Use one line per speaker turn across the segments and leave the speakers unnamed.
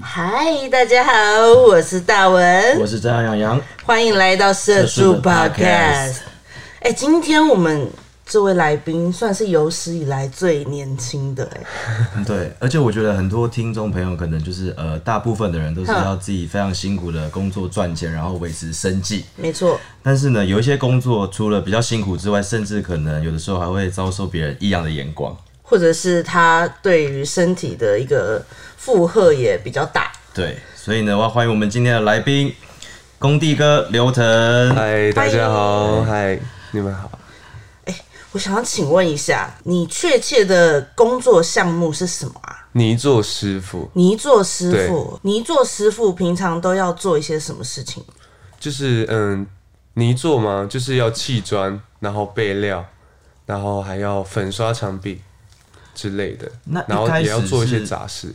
嗨，大家好，我是大文，
我是张阳阳，
欢迎来到社畜
社畜的
Podcast
Podcast。
哎、今天我们这位来宾算是有史以来最年轻的、哎，
对，而且我觉得很多听众朋友可能就是呃，大部分的人都是
哼
要自己非常辛苦的工作赚钱，然后维持生计。
没错，
但是呢，有一些工作除了比较辛苦之外，甚至可能有的时候还会遭受别人异样的眼光。
或者是他对于身体的一个负荷也比较大。
对，所以呢，我要欢迎我们今天的来宾，工地哥刘腾。
嗨，大家好，嗨，你们好。
我想要请问一下，你确切的工作项目是什么啊？
泥做师傅
泥做师傅，泥做师傅平常都要做一些什么事情？
就是嗯，泥做嘛，就是要砌砖，然后备料，然后还要粉刷墙壁之类的
那一，
然后
开
也要
始
做一些
是
杂事。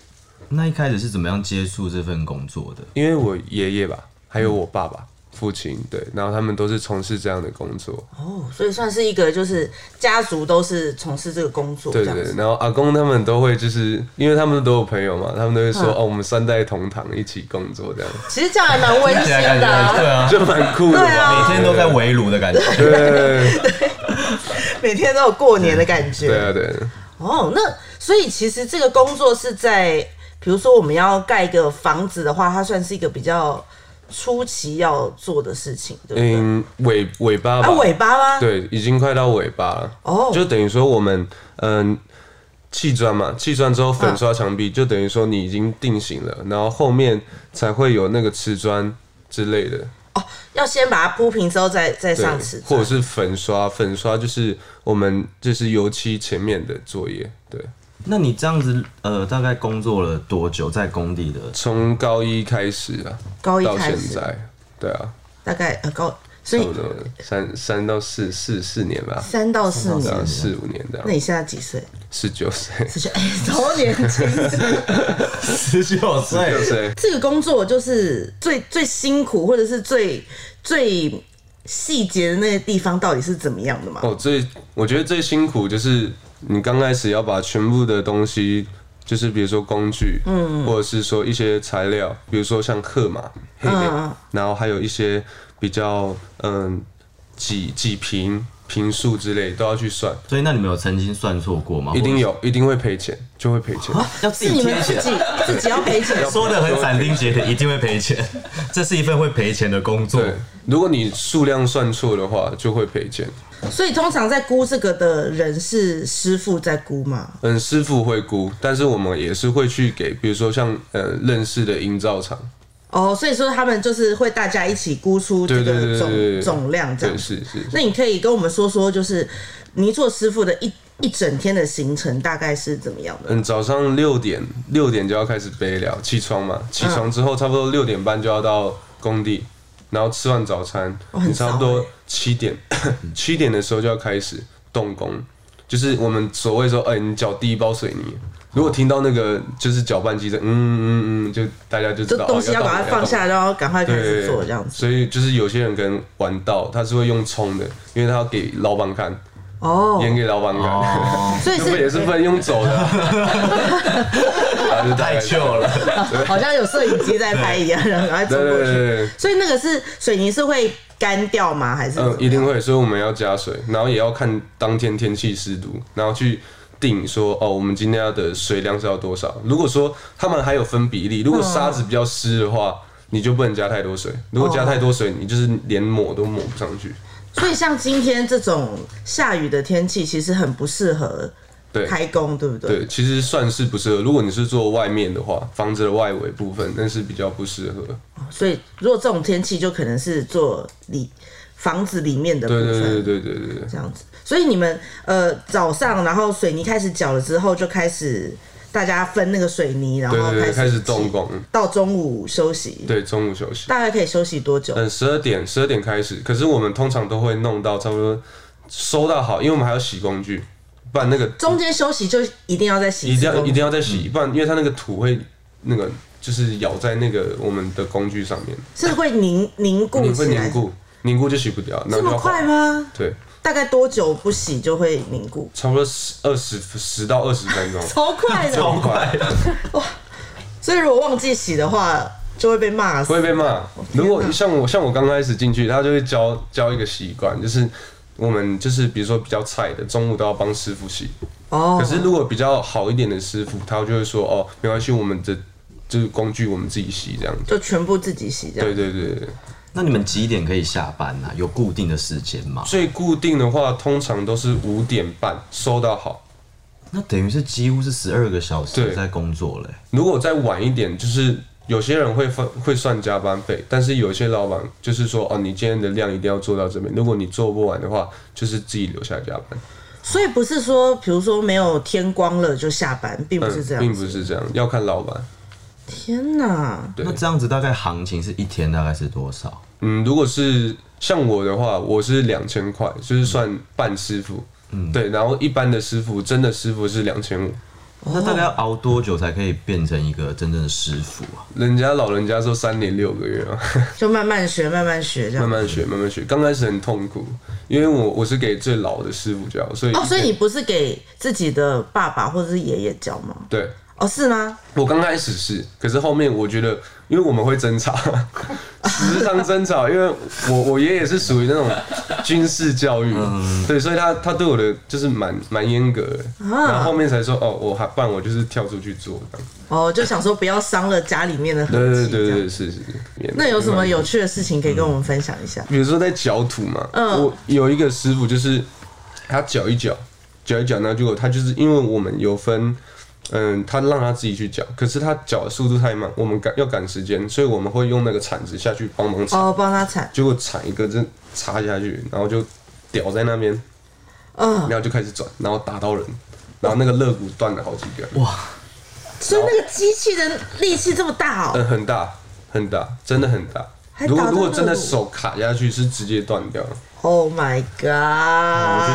那一开始是怎么样接触这份工作的？
因为我爷爷吧，还有我爸爸、父亲，对，然后他们都是从事这样的工作，
哦，所以算是一个就是家族都是从事这个工作这
对
样
对
子。
对。然后阿公他们都会就是，因为他们都有朋友嘛，他们都会说、哦，我们三代同堂一起工作这样，
其实这样还蛮温馨的、
对
啊，
啊，
就蛮酷的吧。
对啊
每天都在围炉的感觉。
对
每天都有过年的感觉。
对啊对啊。
哦，那所以其实这个工作是在，比如说我们要盖一个房子的话，它算是一个比较初期要做的事情，对不对？
嗯，尾尾巴吧，
啊，尾巴吗？
对，已经快到尾巴了。
哦
就等于说我们嗯，砌砖嘛，砌砖之后
嗯
粉刷墙壁，就等于说你已经定型了，然后后面才会有那个瓷砖之类的，
哦，要先把它铺平之后再再
对
上啊瓷，
或者
砖。
是粉刷，粉刷就是我们就是油漆前面的作业，对，
那你这样子呃，大概工作了多久在工地的？
从高一开始啊，
高一
到
开
现
始
在，对啊，
大概呃高，所
差
以
不多三三到四四四年吧，
三到四
对啊，
年。
四五年这
那
样，
你现在几岁？
十九岁，
十九，哎， 超年轻。
十九岁
十九岁，
这个工作就是最最辛苦，或者是最最细节的那个地方，到底是怎么样的嘛？
哦，最我觉得最辛苦就是你刚开始要把全部的东西，就是比如说工具，嗯，或者是说一些材料，比如说像克马、黑莓，
嗯
然后还有一些比较嗯几几平平数之类都要去算，
所以那你们有曾经算错过吗？
一定有，一定会赔钱，就会赔钱。
啊要自
是
己
你
贴
们自
钱。
己自己要赔钱，
说的很斩钉截铁，一定会 赔钱，这是一份会赔钱的工作。
对，如果你数量算错的话，就会赔钱。
所以通常在估这个的人是师傅在估嘛？
嗯，师傅会估，但是我们也是会去给，比如说像呃认识的营造厂，
哦，所以说他们就是会大家一起估出这
对对
个
对对对
总
对
总量这
对，
样。
是是。
那你可以跟我们说说，就是泥做师傅的一一整天的行程大概是怎么样的？
嗯，早上六点六点就要开始备料，起床嘛，起床
嗯
之后差不多六点半就要到工地，然后吃完早餐，
哦很
你差不
早
多
欸
七 点七点的时候就要开始动工，就是我们所谓说，哎、你搅第一包水泥。如果听到那个就是搅拌机的，嗯嗯嗯，就大家就知
这
道哦
东西要
动
把它
了
放
动了
下，然后赶快开始
对，
做这样子。
所以就是有些人可能玩到，他是会用冲的，因为他要给老板看，
哦，
演给老板看，
所以
这不也
是
是不能用走的啊，然后就大概
太糗了，
好像有摄影机在拍一样，然后赶快
对
冲
对
过
对
去。
对对，
所以那个是水泥是会干掉吗？还是怎么
嗯，
样
一定会，所以我们要加水，然后也要看当天天气湿度，然后去定说哦，我们今天要的水量是要多少。如果说他们还有分比例，如果沙子比较湿的话，你就不能加太多水；如果加太多水，你就是连抹都抹不上去。
所以像今天这种下雨的天气，其实很不适合
对
开工，对不对？
对，其实算是不适合。如果你是做外面的话，房子的外围部分，那是比较不适合。
所以如果这种天气，就可能是做里房子里面的部
对
分。
对对对对对对。
这样子，所以你们呃早上，然后水泥开始搅了之后，就开始大家分那个水泥，然后
对对
开
对，
始
开始动工，
到中午休息，
对，中午休息。
大概可以休息多久？
嗯，十二点十二点开始，可是我们通常都会弄到差不多收到好，因为我们还要洗工具，不然那个
中间休息就一定要再洗
一定
次
要
工嗯
一定要再洗，不然因为它那个土会那个就是咬在那个我们的工具上面，
是会凝凝固
你会
起来
凝，固，凝固就洗不掉，
这
那就
么
要
快
换？
吗？
对，
大概多久不洗就会凝固？，
差不多十二十十到二十分钟
超快的，
超快。
所以如果忘记洗的话，就会被骂死。
会被骂。如果像我像我刚开始进去，他就会教教一个习惯，就是我们就是比如说比较菜的，中午都要帮师傅洗。
哦，
可是如果比较好一点的师傅，他就会说哦，没关系，我们的就是工具我们自己洗这样。
就全部自己洗这样。
对对对对，
那你们几点可以下班啊？有固定的时间吗？
最固定的话，通常都是五点半收到好。
那等于是几乎是十二个小时
对
在工作嘞、
如果再晚一点，就是有些人会分会算加班费，但是有些老板就是说哦，你今天的量一定要做到这边，如果你做不完的话，就是自己留下来加班。
所以不是说，比如说没有天光了就下班，并不是这样。
嗯并不是这样，要看老板。
天哪，
对
那这样子大概行情是一天大概是多少？
嗯，如果是像我的话，我是两千块，就是算半师傅。嗯，对，然后一般的师傅，真的师傅是两千五，
哦
那大概要熬多久才可以变成一个真正的师傅啊？
人家老人家说三年六个月啊，
就慢慢学，慢慢学这样。哦
慢慢学，慢慢学。刚开始很痛苦，因为我我是给最老的师傅教，所以
哦，所以你不是给自己的爸爸或者是爷爷教吗？
对
哦，是吗？
我刚开始是，可是后面我觉得，因为我们会 争吵，时常争吵，因为我我爷爷是属于那种军事教育，
嗯
对，所以他他对我的就是蛮蛮严格的，
啊
然后后面才说哦，我还办我就是跳出去做这样，
哦，就想说不要伤了家里面的和
对对
气。这
对对
样
对，是是是。
那有什么有趣的事情可以跟我们分享一下？
比如说在搅土嘛，
嗯
我有一个师傅就是他搅一搅，搅一搅，那结果他就是因为我们有分，嗯，他让他自己去搅，可是他搅的速度太慢，我们赶要赶时间，所以我们会用那个铲子下去帮忙铲，
哦，帮他铲。
结果铲一个真插下去，然后就屌在那边，
嗯，
然后就开始转，然后打到人，然后那个肋骨断了好几个，哇，
所以那个机器的力气这么大哦。
嗯，很大很大，真的很大
还。
如果
打到
如果真的
肋骨
手卡下去是直接断掉，
Oh my
我
哦
觉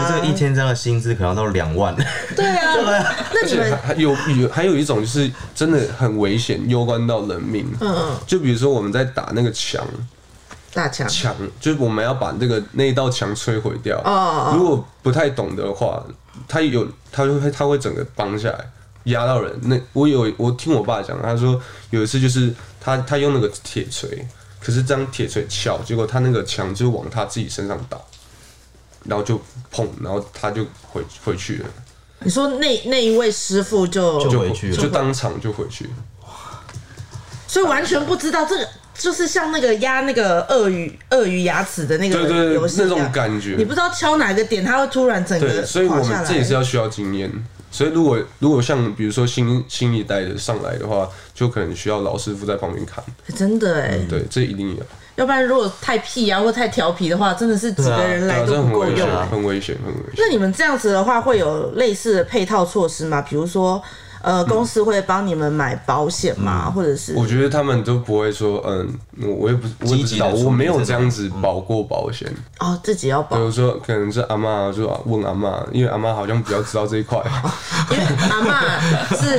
god！
得这个一天这样的薪资可能要到 两万。
对啊，那
而
你
且
们
还还有有还有一种就是真的很危险，攸关到人命。
嗯，
就比如说我们在打那个墙，
大强
墙就是我们要把这个那一道墙摧毁掉。
哦哦
如果不太懂的话，他有他就会他会整个绑下来，压到人。那我有我听我爸讲，他说有一次就是他他用那个铁锤，可是这样铁锤撬，结果他那个墙就往他自己身上倒，然后就砰，然后他就回回去了，
你说那那一位师傅就
就回去了
就当场就回去。
所以完全不知道这个就是像那个压那个鳄鱼鳄鱼牙齿的那个
对对对
游戏一样
那种感觉
你不知道敲哪个点，它会突然整个
对，所以我
垮
们
下
这也是
来。
要需要经验。所以如果如果像比如说新新一代的上来的话，就可能需要老师傅在旁边看。
真的哎，
对，这一定要，
要不然如果太屁啊或太调皮的话，真的是几个人
对
对
来
啊，这
都
很
不够
危
用。
险，很危险，很危险。
那你们这样子的话，会有类似的配套措施吗？比如说，呃，公司会帮你们买保险
嗯
吗？或者是
我觉得他们都不会说，嗯，我我也不，我
积
也不
极
知
地
道，
处理
我没有
这嗯
这样子保过保险。
哦自己要
比
保，
如说，可能是阿妈就啊问阿妈，因为阿妈好像比较知道这一块。
哦因为阿嬷是。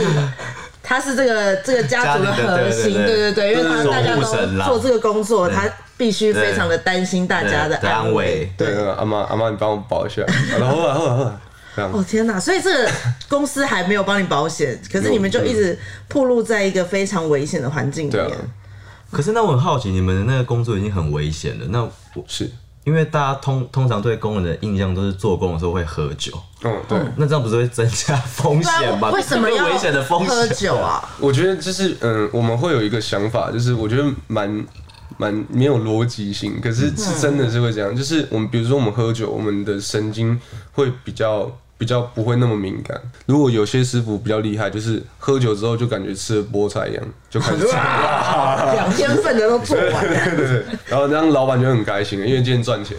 她是这个这个家族的核心，
家里的
对对
对对
对，因为她大家
守护神
都
啦
做这个工作，
对
她必须非常的担心大家的
对安危。
对，嗯阿妈阿妈，你帮我保一下。然后后来后来后来，这样
哦天哪！所以这个公司还没有帮你保险，可是你们就一直暴露在一个非常危险的环境里
对啊
面。，
可是那我很好奇，你们的那个工作已经很危险了。那我
是，
因为大家通通常对工人的印象都是做工的时候会喝酒，
嗯，对。
那这样不是会增加风
不然
险吗？
啊为什么
这
要
是危险的风险？
喝酒啊？
我觉得就是嗯，我们会有一个想法，就是我觉得蛮蛮没有逻辑性，可是是真的是会这样。就是我们比如说我们喝酒，我们的神经会比较比较不会那么敏感。如果有些师傅比较厉害，就是喝酒之后就感觉吃了菠菜一样，就开始吃。
两天份的都做完了，
对对对，然后这样老板就很开心，因为今天赚钱。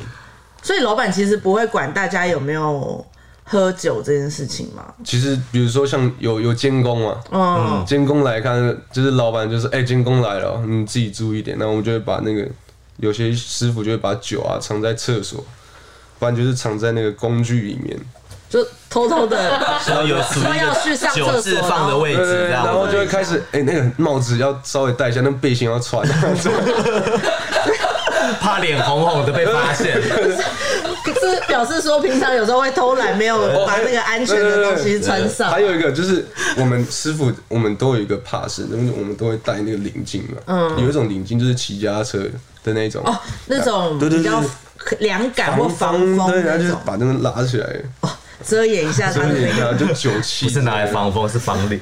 所以老板其实不会管大家有没有喝酒这件事情嘛。
其实比如说像有有监工嘛，
嗯，
监工来看，就是老板就是哎，监、工来了，你自己注意一点。那我们就会把那个有些师傅就会把酒啊藏在厕所，不然就是藏在那个工具里面。
就偷偷的
然后有属于
说要去上厕所
酒置放的位置，
对对对，
这样
然后就会开始哎、那个帽子要稍微戴一下，那背心要穿。
怕脸红红的被发现。
是表示说平常有时候会偷懒，没有 把那个安全的东西穿上。
还有一个就是我们师傅，我们都有一个怕是，因为我们都会戴那个领巾嘛。嗯，有一种领巾就是骑脚踏车的那种，
哦，那种
对对
比
对
较
对
凉感或防风
对，然后
那
就是
种，
把那个拉起来，
遮掩一下它
就
的
是
那
你
个。
拿就酒气，
不是拿来防风，是防领。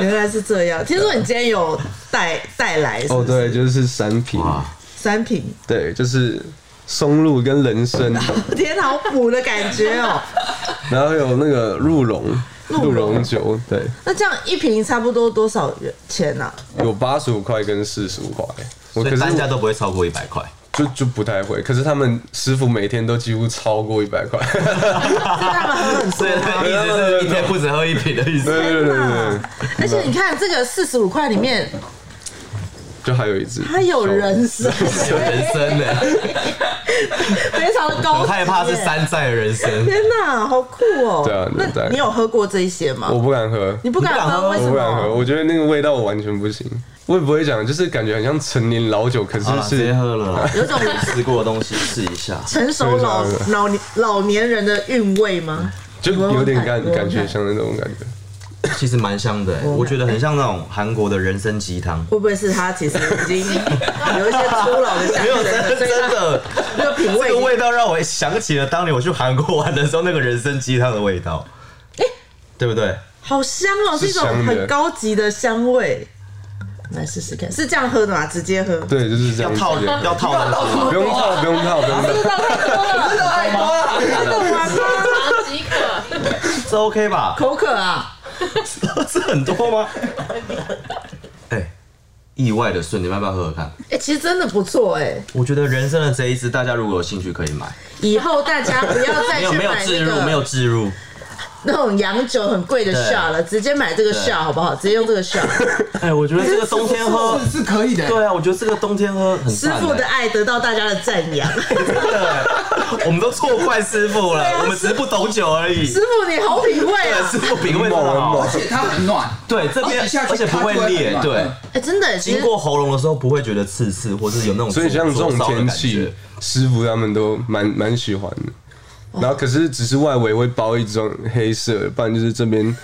原来是这样，听说你今天有带带来是
哦，
不是
对，就是三品，
哇，
三瓶，
对，就是松露跟人 参，
天好补的感觉哦。
然后有那个鹿茸，
鹿茸
鹿茸酒，对，
那这样一瓶差不多多少元钱呢、啊？
有八十五块跟四十五块。我
所
可是
以单价都不会超过一百块。
就就不太会，可是他们师傅每天都几乎超过一百 块，
他们喝很多
所以他
吗
的意思是一天不止喝一瓶的意思。
对对对对对，
而且你看这个四十五块里面，
就还有一只，
它有人参，
有人 生呢，
非常的高
我
级耶。
害怕是山寨的人生。
天哪，好酷哦！
对啊对对
那你有喝过这一些吗
我？不敢喝，
你不敢喝，为
我
什
不敢喝，
么？
我觉得那个味道我完全不行，我也不会讲，就是感觉很像陈年老酒，可是
好啦直接
是
喝了啦，
有种
吃过的东西试一下。
成熟老
对对
老年老年人的韵味吗？
就有点感
我不敢
感觉像那种感觉，
其实蛮香的欸、我觉得很像那种韩国的人参鸡汤。
会不会是他其实已经有一些初老的下
没有
年了
真的
所以
真的，
那个品
这
味
个味道让我想起了当年我去韩国玩的时候那个人参鸡汤的味 道。对不对？
好香哦，是一种
是香的
很高级的香味。来试试看，是这样喝的吗？直接喝？
对，就是这
要
样子，
套要套那个吗
不用套，不用套，不用套，
真的吗？
尝即可。
这 OK 吧？
口渴啊！
是很多吗？ 哎、意外的顺，你们要不要喝喝看？
哎、其实真的不错哎、
我觉得人参的这一支，大家如果有兴趣可以买，
以后大家不要再
没
去
有没有
买
置
那
入，没有
个
置入，
那种洋酒很贵的
对
shot 了，直接买这个
对
shot 好不好？直接用这个 shot。
哎、我觉得这个冬天 喝，
是是可以的、
对啊，我觉得这个冬天喝很
师
赞、
傅的
哎
爱得到大家的赞扬。
真 的哎我们都错怪师傅了，我们啊只是啊不懂酒而已。
师傅你好品味
对，
啊！
师傅品味真的好
猛
而，且它很暖，
对这边
哦一下去
而且不会
它就很
裂，
暖
对，
嗯
哎、真的，其
经
实
过喉咙的时候不会觉得刺刺，或是有那种
所以像这种
灼烧的
天
感
气
觉，
师傅他们都蛮蛮喜欢的。然后可是只是外围会包一种黑色，不然就是这边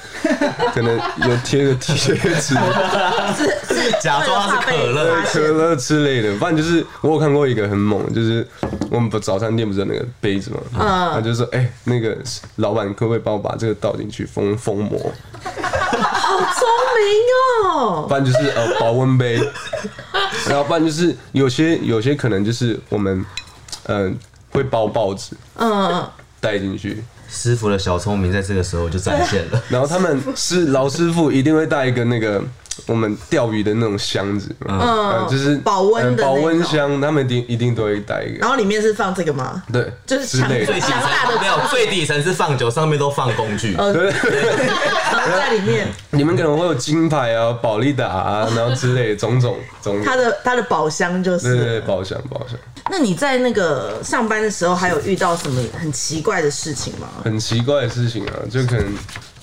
可能有贴个贴纸、
假装它是可
为了
乐
怕被发
可
现
乐之类的。不然就是我有看过一个很猛的，就是我们不早餐店不是有那个杯子嘛，他就说：“哎、那个老板可不可以帮我把这个倒进去封封膜？
好聪明哦！
不然就是呃保温 杯，然后不然就是有些有些可能就是我们嗯、呃会包报纸
嗯，
带进去，
师傅的小聪明在这个时候就展现 了。
然后他们是老师傅一定会带一个那个我们钓鱼的那种箱子，嗯，呃就是
保温的
呃保温
那种
箱，他们一定一定都会带一
然
个，
后里面是放这个吗？
对，
就是
之类
抢
的
最。底
强大的
层没有，最底层是放酒，上面都放工具。
然后在里面，
嗯
你们可能会有金牌啊、宝利达啊，然后之类的种种种
它
种，
的它的宝箱就
对
嗯
对对，
是。
包厢包厢，
那你在那个上班的时候，还有遇到什么很奇怪的事情吗？
很奇怪的事情啊，就可能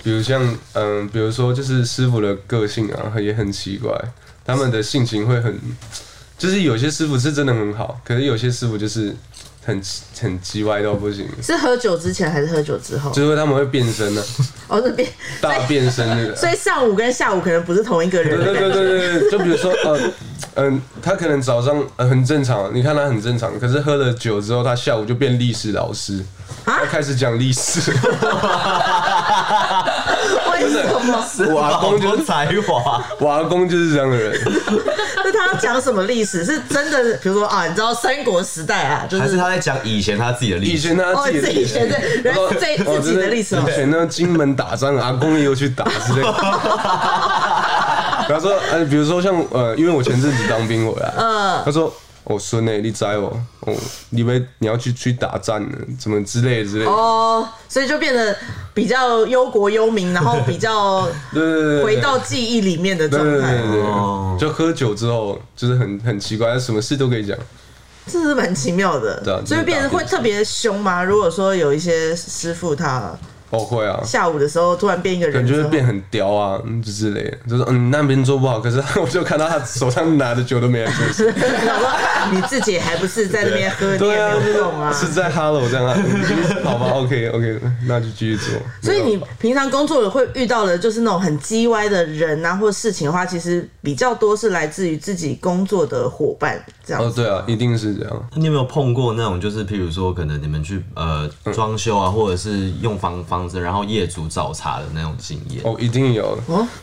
比如像嗯、比如说就是师傅的个性啊，也很奇怪，他们的性情会很，就是有些师傅是真的很好，可是有些师傅就是很很叽歪到不行。
是喝酒之前还是喝酒之后？
就是他们会变身呢、啊
哦，这边，
大变身那个。
所以上午跟下午可能不是同一个
对
人。
对对对对，就比如说，呃，嗯、他可能早上、呃、很正常，你看他很正常，可是喝了酒之后，他下午就变历史老师，他开始讲历史。
为什么？
我
阿公就是
才 华，
我阿公就是这样的人，
那他要讲什么历史？是真的，比如说啊，你知道三国时代啊，就
还是
是
他在讲以前他自己的历
以
史？
前他
哦，
自己
自
的
己
历史
学的，原来是
哦
这自己的历史
真
哦
以。前呢，金门打仗，阿公也有去打 之类的。然后说，呃，比如说像呃，因为我前阵子当兵回来，
嗯
他说。我孙欸呢？你栽我哦，你以为你要去去打仗呢？怎么之类之类的？
哦，所以就变得比较忧国忧民，然后比较
对对 对对，
回到记忆里面的
对
状
对对
态，
对
哦
对，就喝酒之后就是很很奇怪，什么事都可以讲。
这是蛮奇妙
对啊
的。
就是
所以变得
打
会
电
特别凶吗？如果说有一些师傅他
哦，会啊，
下午的时候突然变一个
可
人
能
之
就
后，
会变很刁啊嗯之类的，就是嗯那边做不好，可是 我就看到他手上拿的酒都没来做事，
想说啊你自己还不是在那边喝，你
对
也
啊
没有用，啊。
是在 Hello 这样 啊，嗯好吧，OK OK，那就继续做。
所以你平常工作会遇到的，就是那种很叽歪的人啊，或事情的话，其实比较多是来自于自己工作的伙伴这样
哦，
子。
对啊，一定是这样。
你有没有碰过那种，就是譬如说，可能你们去呃装修啊，或者是用房房子，然后业主找茬的那种经验？
哦，一定有，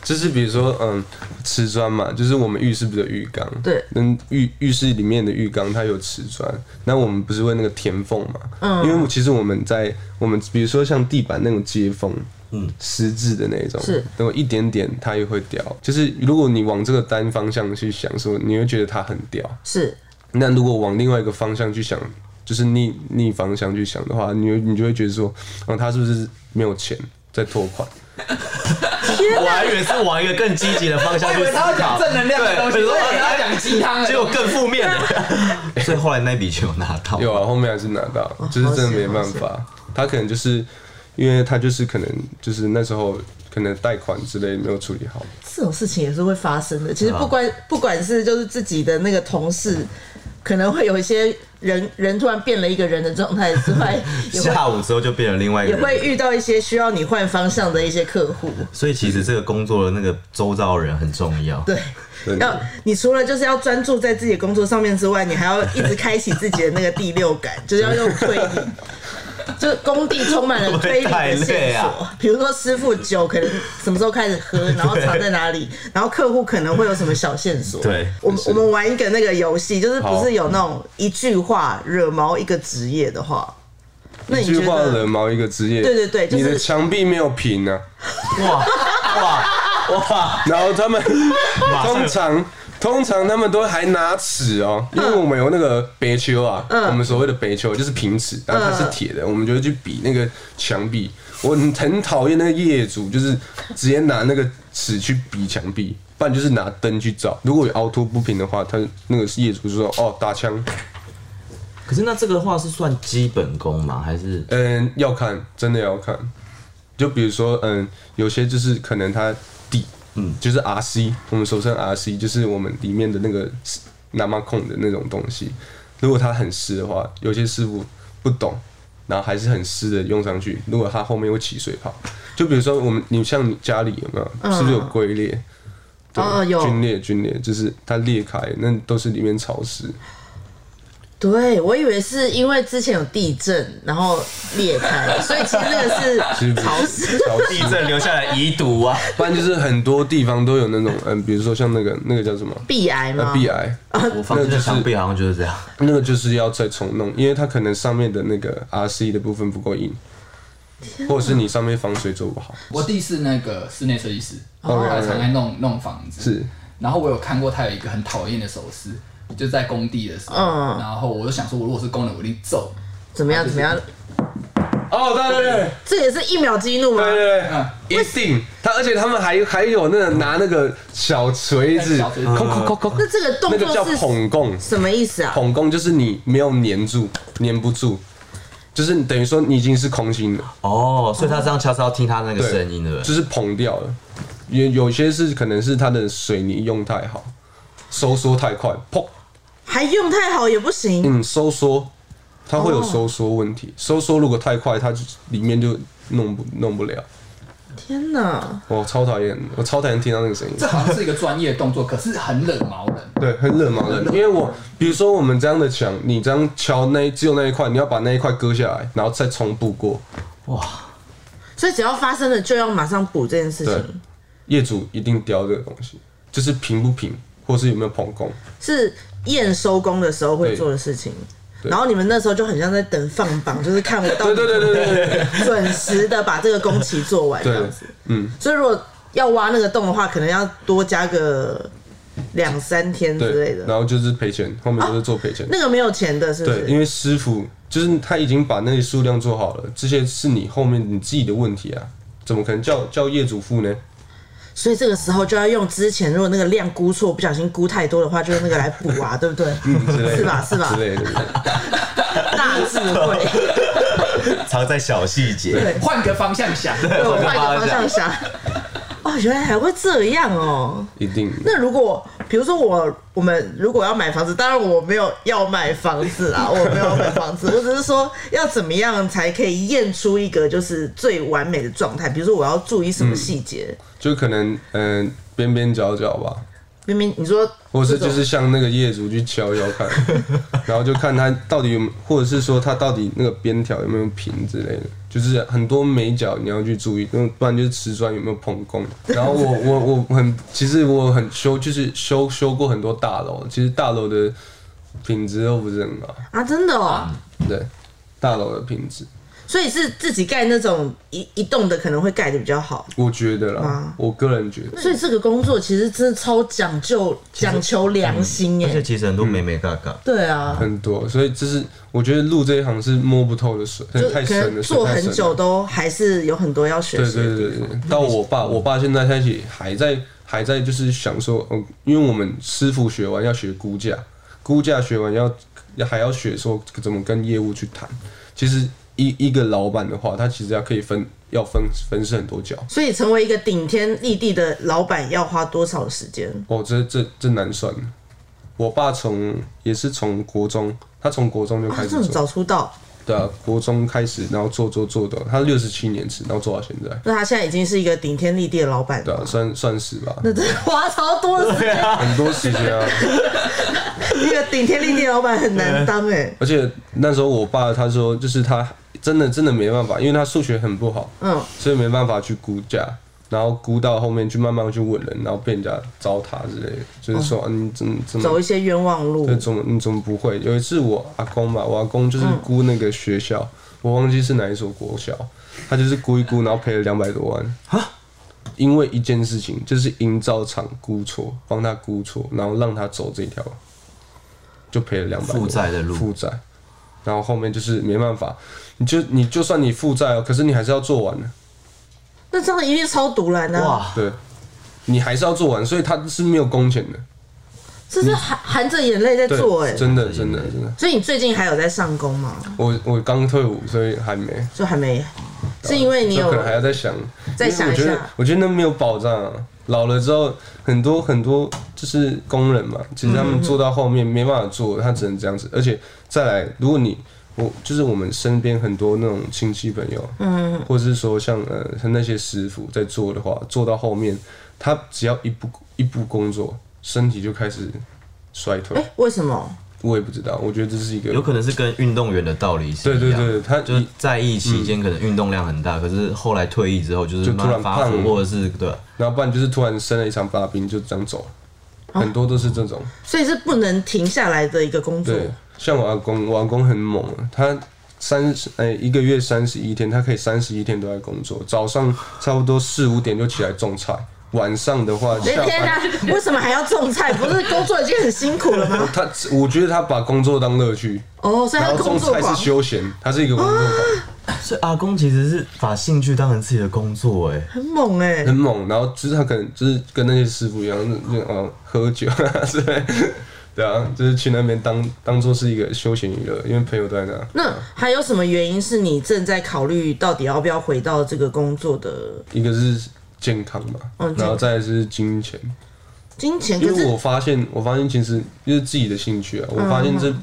就是比如说，嗯，瓷砖嘛，就是我们浴室不是有浴缸，
对
嗯，浴浴室里面的浴缸它有瓷砖，那我们不是会那个填缝嘛，嗯，因为我其实我们在我们比如说像地板那种接缝。嗯，湿质的那种，
是
那么一点点它也会掉。就是如果你往这个单方向去想说，你会觉得它很掉。
是，
那如果往另外一个方向去想，就是逆逆方向去想的话，你会你就会觉得说，嗯，他是不是没有钱在拖款？
哦
我还以为是往一个更积极的方向
我以
去
为
思
他要讲
考，
正能量的东西，
对
我以为他要讲鸡 汤的东西，
结果更负面的。 所以后来那笔钱有拿到吗，
有啊，后面还是拿到，
哦
就是真的没办法。他可能就是因为他就是可能就是那时候可能贷款之类没有处理好，
这种事情也是会发生的。其实不管、不管是就是自己的那个同事，可能会有一些人 人突然变了一个人的状态之外，也会
下午之后就变成另外一个
也会
人。
遇到一些需要你换方向的一些客户。
所以其实这个工作的那个周遭人很重要。
对。
对
要你除了就是要专注在自己的工作上面之外，你还要一直开启自己的那个第六感， 就是要用推理。就是工地充满了推理的
会不会太累
线索，
啊
比如说师傅酒可能什么时候开始喝，然后藏在哪里，然后客户可能会有什么小线索。
对
我们我们玩一个那个游戏，就是不
好
是有那种一句话惹毛一个职业的话，那
一
你觉
句话
得
惹毛一个职业。
对对对就是
你的墙壁没有平啊，
哇哇哇！
然后他们
马上
通常。通常他们都还拿尺哦、因为我们有那个北丘啊，我们所谓的北丘就是平尺，然后它是铁的，我们就会去比那个墙壁。我很很讨厌那个业主，就是直接拿那个尺去比墙壁，不然就是拿灯去照。如果有凹凸不平的话，他那个业主就说：“哦，打枪。
可是那这个话是算基本功吗？还是
嗯，要看，真的要看。就比如说，嗯，有些就是可能它底，嗯，就是 RC，我们俗称 RC，就是我们里面的那个 n a m a 控的那种东西。如果它很湿的话，有些师傅不懂，然后还是很湿的用上去。如果它后面会起水泡，就比如说我们，你像你家里有没有，是不是有龟裂？
嗯
对
哦有
皲裂，皲裂就是它裂开，那都是里面潮湿。
对，我以为是因为之前有地震，然后裂开，所以其实那
是
个
不
是
是
潮湿。
潮湿
地震留下来遗毒 啊？
不然就是很多地方都有那种，嗯，比如说像那个那个叫什么，
壁癌吗？
呃，壁癌，
我房间
那就
的
是
墙壁好像就是这样。
那个就是要再重弄，因为它可能上面的那个 RC 的部分不够硬，或者是你上面防水做不好，
我弟是那个室内设计师，
哦
他常在弄弄房子。
是
然后我有看过他有一个很讨厌的手势，就在工地的时候。
嗯
然后我就想说，我如果是工人，我一定揍。
怎么样？怎么样？
哦，对对对
这也是一秒激怒吗？
对
嗯
对，一定，他而且他们还还有那个拿那个小锤子，
小锤子
扣扣扣扣，
那这个动
那个叫
作是
捧供，
什么意思啊？
捧供就是你没有粘住，粘不住，就是等于说你已经是空心了。
哦，所以他这样敲是要听他那个
对
声音，对不对？
就是膨掉了。有有些是可能是它的水泥用太好，收缩太快，砰，
还用太好也不行，
嗯，收缩，它会有
哦
收缩问题。收缩如果太快，它就里面就弄不弄不了。
天哪！
我超讨厌，我超讨厌听到那个声音
这。好像是一个专业动作，可是很冷毛人。
对，很冷嘛，冷。因为我比如说我们这样的墙，你这样敲那一只有那一块，你要把那一块割下来，然后再重布过。
所以只要发生了就要马上补这件事
对
情，，
业主一定雕这个东西，就是平不平，或是有没有膨工。
是验收工的时候会
对
做的事情。
对
然后你们那时候就很像在等放 榜，就是看我到
对
底
对对对对对，
准时的把这个工期做完这
对
样子。，
嗯。
所以如果要挖那个洞的话，可能要多加个两三天之类
对，
的。
然后就是赔钱，后面就是做赔钱。
那个没有钱的，是不
对，因
是？
为师傅就是他已经把那些数量做好了，这些是你后面你自己的问题啊，怎么可能叫叫业主付呢？
所以这个时候就要用之前如果那个量估错，不小心估太多的话，就用那个来补啊，对不对？
之类的
是吧？是吧
之？类的，
大智慧。
藏在小细节。
换个方向想，
对我
换个
换一个
方
方向
向
想。哦，原来还会这样哦。
一定
那如果比如说我我们如果要买房子，当然我没有要买房子啦，我没有要买房子，我只是说要怎么样才可以验出一个就是最完美的状态。比如说我要注意什么细节？
就可能嗯、边边角角吧，
明明你说
或是
这种
就是向那个业主去敲一敲看，然后就看他到底有没，或者是说他到底那个边条有没有平之类的，就是很多美角你要去注意，嗯不然就是瓷砖有没有碰工。然后我 我我很，其实我很修，就是修修过很多大楼，其实大楼的品质都不是很好，
啊，真的哦，
对，大楼的品质，
所以是自己盖那种一一栋的可能会盖的比较好。
我觉得啦
啊，
我个人觉得。
所以这个工作其实真的超讲究讲求良心
而
耶、
且其实很多美美嘎嘎，
对啊，
很多，所以这是我觉得入这一行是摸不透的水，
就
太
可
深
能
了，
做
水太
很
深了
久都还是有很多要学
对
习的
对
地
对
方。
对，嗯到我爸，我爸现在开始还在还在就是想说，嗯，因为我们师傅学完要学估价，估价学完要要还要学说怎么跟业务去谈。其实一一个老板的话，他其实要可以分要分分饰很多角。
所以成为一个顶天立地的老板要花多少时间？
哦，这这这难算。我爸从也是从国中，他从国中就
啊
开，
这
始
么
做，
早出道，
对啊，国中开始，然后做做做的，他六十七年制，然后做到现在，
那他现在已经是一个顶天立地的老板
对啊，
了。
算算是吧，
那这花超多的时间，
很多时间 啊。
一个顶天立地的老板很难当 哎、
而且那时候我爸他说，就是他真的真的没办法，因为他数学很不好，
嗯，
所以没办法去估价，然后估到后面去慢慢去问人，然后被人家糟蹋之类的，就是说、啊你怎么怎
走
么
一些冤枉路
对，怎么你怎么不会？有一次我阿公嘛，我阿公就是估那个学校，我忘记是哪一所国小，他就是估一估，然后赔了两百多万啊。因为一件事情，就是营造厂估错，帮他估错，然后让他走这条，就赔了两百。
负债的路
负债，然后后面就是没办法，你就你就算你负债哦，可是你还是要做完的，
那这样一定超毒然啊！
哇，
对，你还是要做完，所以他是没有工钱的。
这是含含着眼泪在
对
做哎、，
真的真的真的，
所以你最近还有在上工吗？
我我刚退伍，所以还没。
就还没，是因为你
就
有
可能还要再想，
再想一
因为我觉得
下
我觉得那没有保障啊。老了之后，很多很多就是工人嘛，其实他们做到后面没办法做，他只能这样子。而且再来，如果你我就是我们身边很多那种亲戚朋友，嗯，或者是说像呃像那些师傅在做的话，做到后面，他只要一不一不工作，身体就开始衰退
哎、。为什么？
我也不知道，我觉得这是一个
有可能是跟运动员的道理是一
对
样。
对对，他
就是在役期间可能运动量很大，可是后来退役之后就是
嗯就突然
发福
胖了
或者是对
然后不然就是突然生了一场大病就这样走
哦
了，很多都是这种。
所以是不能停下来的一个工作。
对，像我阿公，我阿公很猛啊，他三十哎一个月三十一天，他可以三十一天都在工作，早上差不多四五点就起来种菜，晚上的话
哎
下
天
班。
啊，为什么还要种菜？不是工作已经很辛苦了 吗？
他，我觉得他把工作当乐趣，
哦，所以他
然
的
后种
工作
菜是
狂。
休闲，他是一个工作狂，
所以阿公其实是把兴趣当成自己的工作，哎，
很猛哎、
很猛。然后就是他可能就是跟那些师傅一样，就就呃喝酒啊 之类的，对啊，就是去那边当当做是一个休闲娱乐，因为朋友都在那。
那还有什么原因是你正在考虑到底要不要回到这个工作的
一个是健康嘛，
嗯
然后再来是金钱，
金钱？
因
可
为
是嗯
我发现，我发现其实就是自己的兴趣啊，我发现这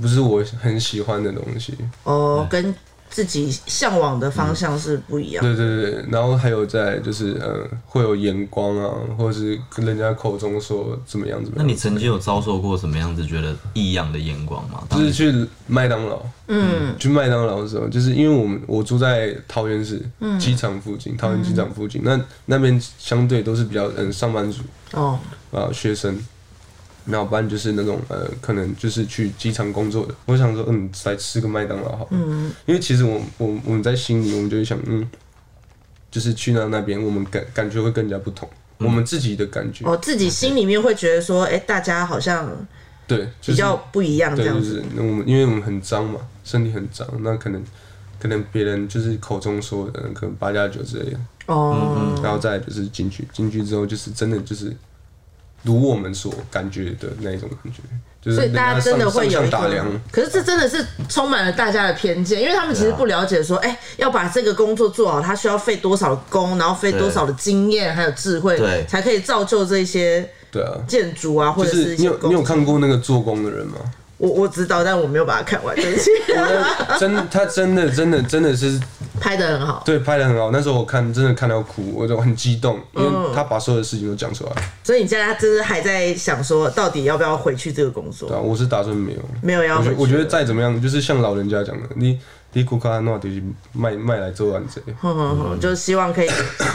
不是我很喜欢的东西。
哦，
嗯
跟自己向往的方向是不一样。
对对对，然后还有在就是呃，会有眼光啊，或者是跟人家口中说怎么样怎么
那
样，
你曾经有遭受过什么样子觉得异样的眼光吗？
就是去麦当劳，嗯，去麦当劳的时候，就是因为我们我住在桃园市
嗯
机场附近，桃园机场附近，那那边相对都是比较嗯上班族，
哦，
啊学生，然后不然就是那种呃，可能就是去机场工作的。我想说，嗯，来吃个麦当劳好了，嗯、因为其实我我我们在心里，我们就会想，嗯，就是去到那边，我们感感觉会更加不同，
嗯
我们自己的感觉，
我哦自己心里面会觉得说，哎、大家好像
对，就是、
比较不一样这
对，
样
就
子。
是那我们因为我们很脏嘛，身体很脏，那可能。可能别人就是口中说的，可能八加九之类的，
哦，
然后再来就是进去，进去之后就是真的就是如我们所感觉的那一种感觉，就是
所以大家真的会有
上
一
上打量
个，，可是这真的是充满了大家的偏见，因为他们其实不了解说，哎、要把这个工作做好，他需要费多少工，然后费多少的经验还有智慧，
对
才可以造就这些
对啊，
建筑啊，或
就
者
是
是一
你
些
有
工
你有
作。
看过那个做工的人吗？
我我知道，但我没有把它看完，对 不起。啊
真他真的真的真的是
拍的很好，
对拍的很好，那时候我看真的看到哭，我就很激动，因
嗯
为他把所有的事情都讲出来。
所以你现在就是还在想说，到底要不要回去这个工
对
作？
啊，我是打算没有，
没有要
我
回
觉得
去
我觉得再怎么样，就是像老人家讲的，你你骨卡诺就是卖卖来做完这，
哼哼哼，就希望可以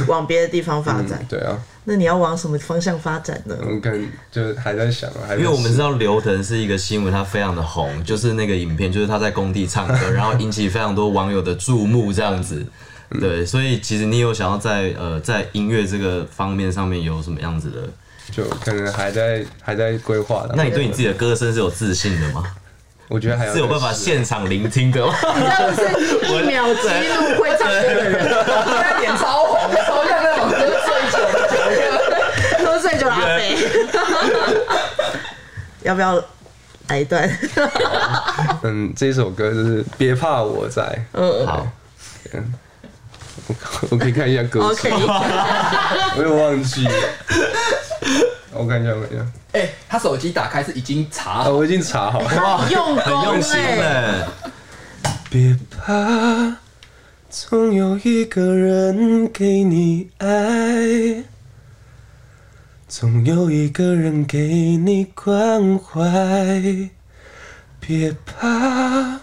往别的地方发展
嗯。对啊，
那你要往什么方向发展呢？
我可能就还在想啊，还
因
在
为我们
试
知道刘腾是一个新闻，他非常的红，就是那个影片，就是他在工地唱 歌，然后引起非常多网友的注目，这样子。
嗯
对，所以其实你有想要在呃在音乐这个方面上面有什么样子的？
就可能还在还在规划的。
那你对你自己的歌声是有自信的吗？
我觉得还要
是有办法
再试
现场聆听 的吗？
但是一秒激怒会唱歌的人，
他脸超红，超像那种就是醉酒的酒客。
喝醉酒的阿飞，要不要来一 段？
嗯，这首歌就是别怕我在，
好，
我我可以看一下歌词
OK，
我有忘记了，我看一下，我看一下，
哎、他手机打开是已经查
啊，
好，
我已经查好了。
很用
很
功
用心
哎，
哎，
别怕，总有一个人给你爱，总有一个人给你关怀。别怕，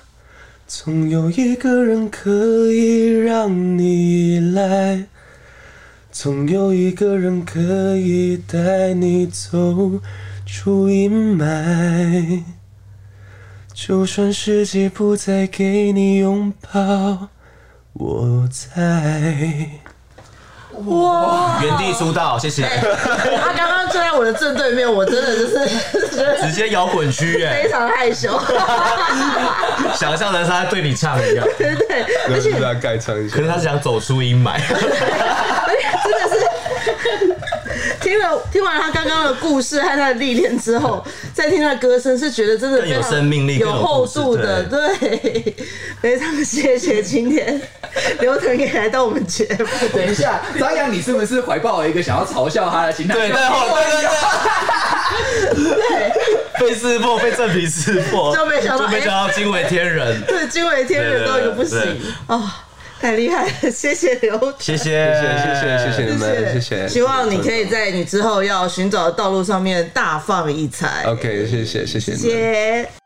总有一个人可以让你依赖，总有一个人可以带你走出阴霾。就算世界不再给你拥抱，我在。
原地出道，谢谢，
他刚刚坐在我的正对面，我真的就是觉得
直接摇滚区哎
非，常害羞，
想象的是他对你唱一样，
对不对？
然后就给他盖唱一下
可是他是想走出 阴霾，
听了听完他刚刚的故事和他的历练之后，再听他的歌声，是觉得真的
更有
非常
生命力
有
更有
厚
故事
度的。对，非常谢谢今天刘腾也来到我们节目。
等一下，张扬，你是不是怀抱了一个想要嘲笑他的心态？
对，对，
就
对对对，被识破，被正皮识破，
就没想到哎
就没想到惊为天人，
对，惊为天人到一个不行
对
哦，太厉害了，谢谢刘腾。
谢谢，
谢谢谢谢谢谢你们，谢谢。
希望你可以在你之后要寻找的道路上面大放异彩。
OK，谢谢谢谢你们。
谢谢。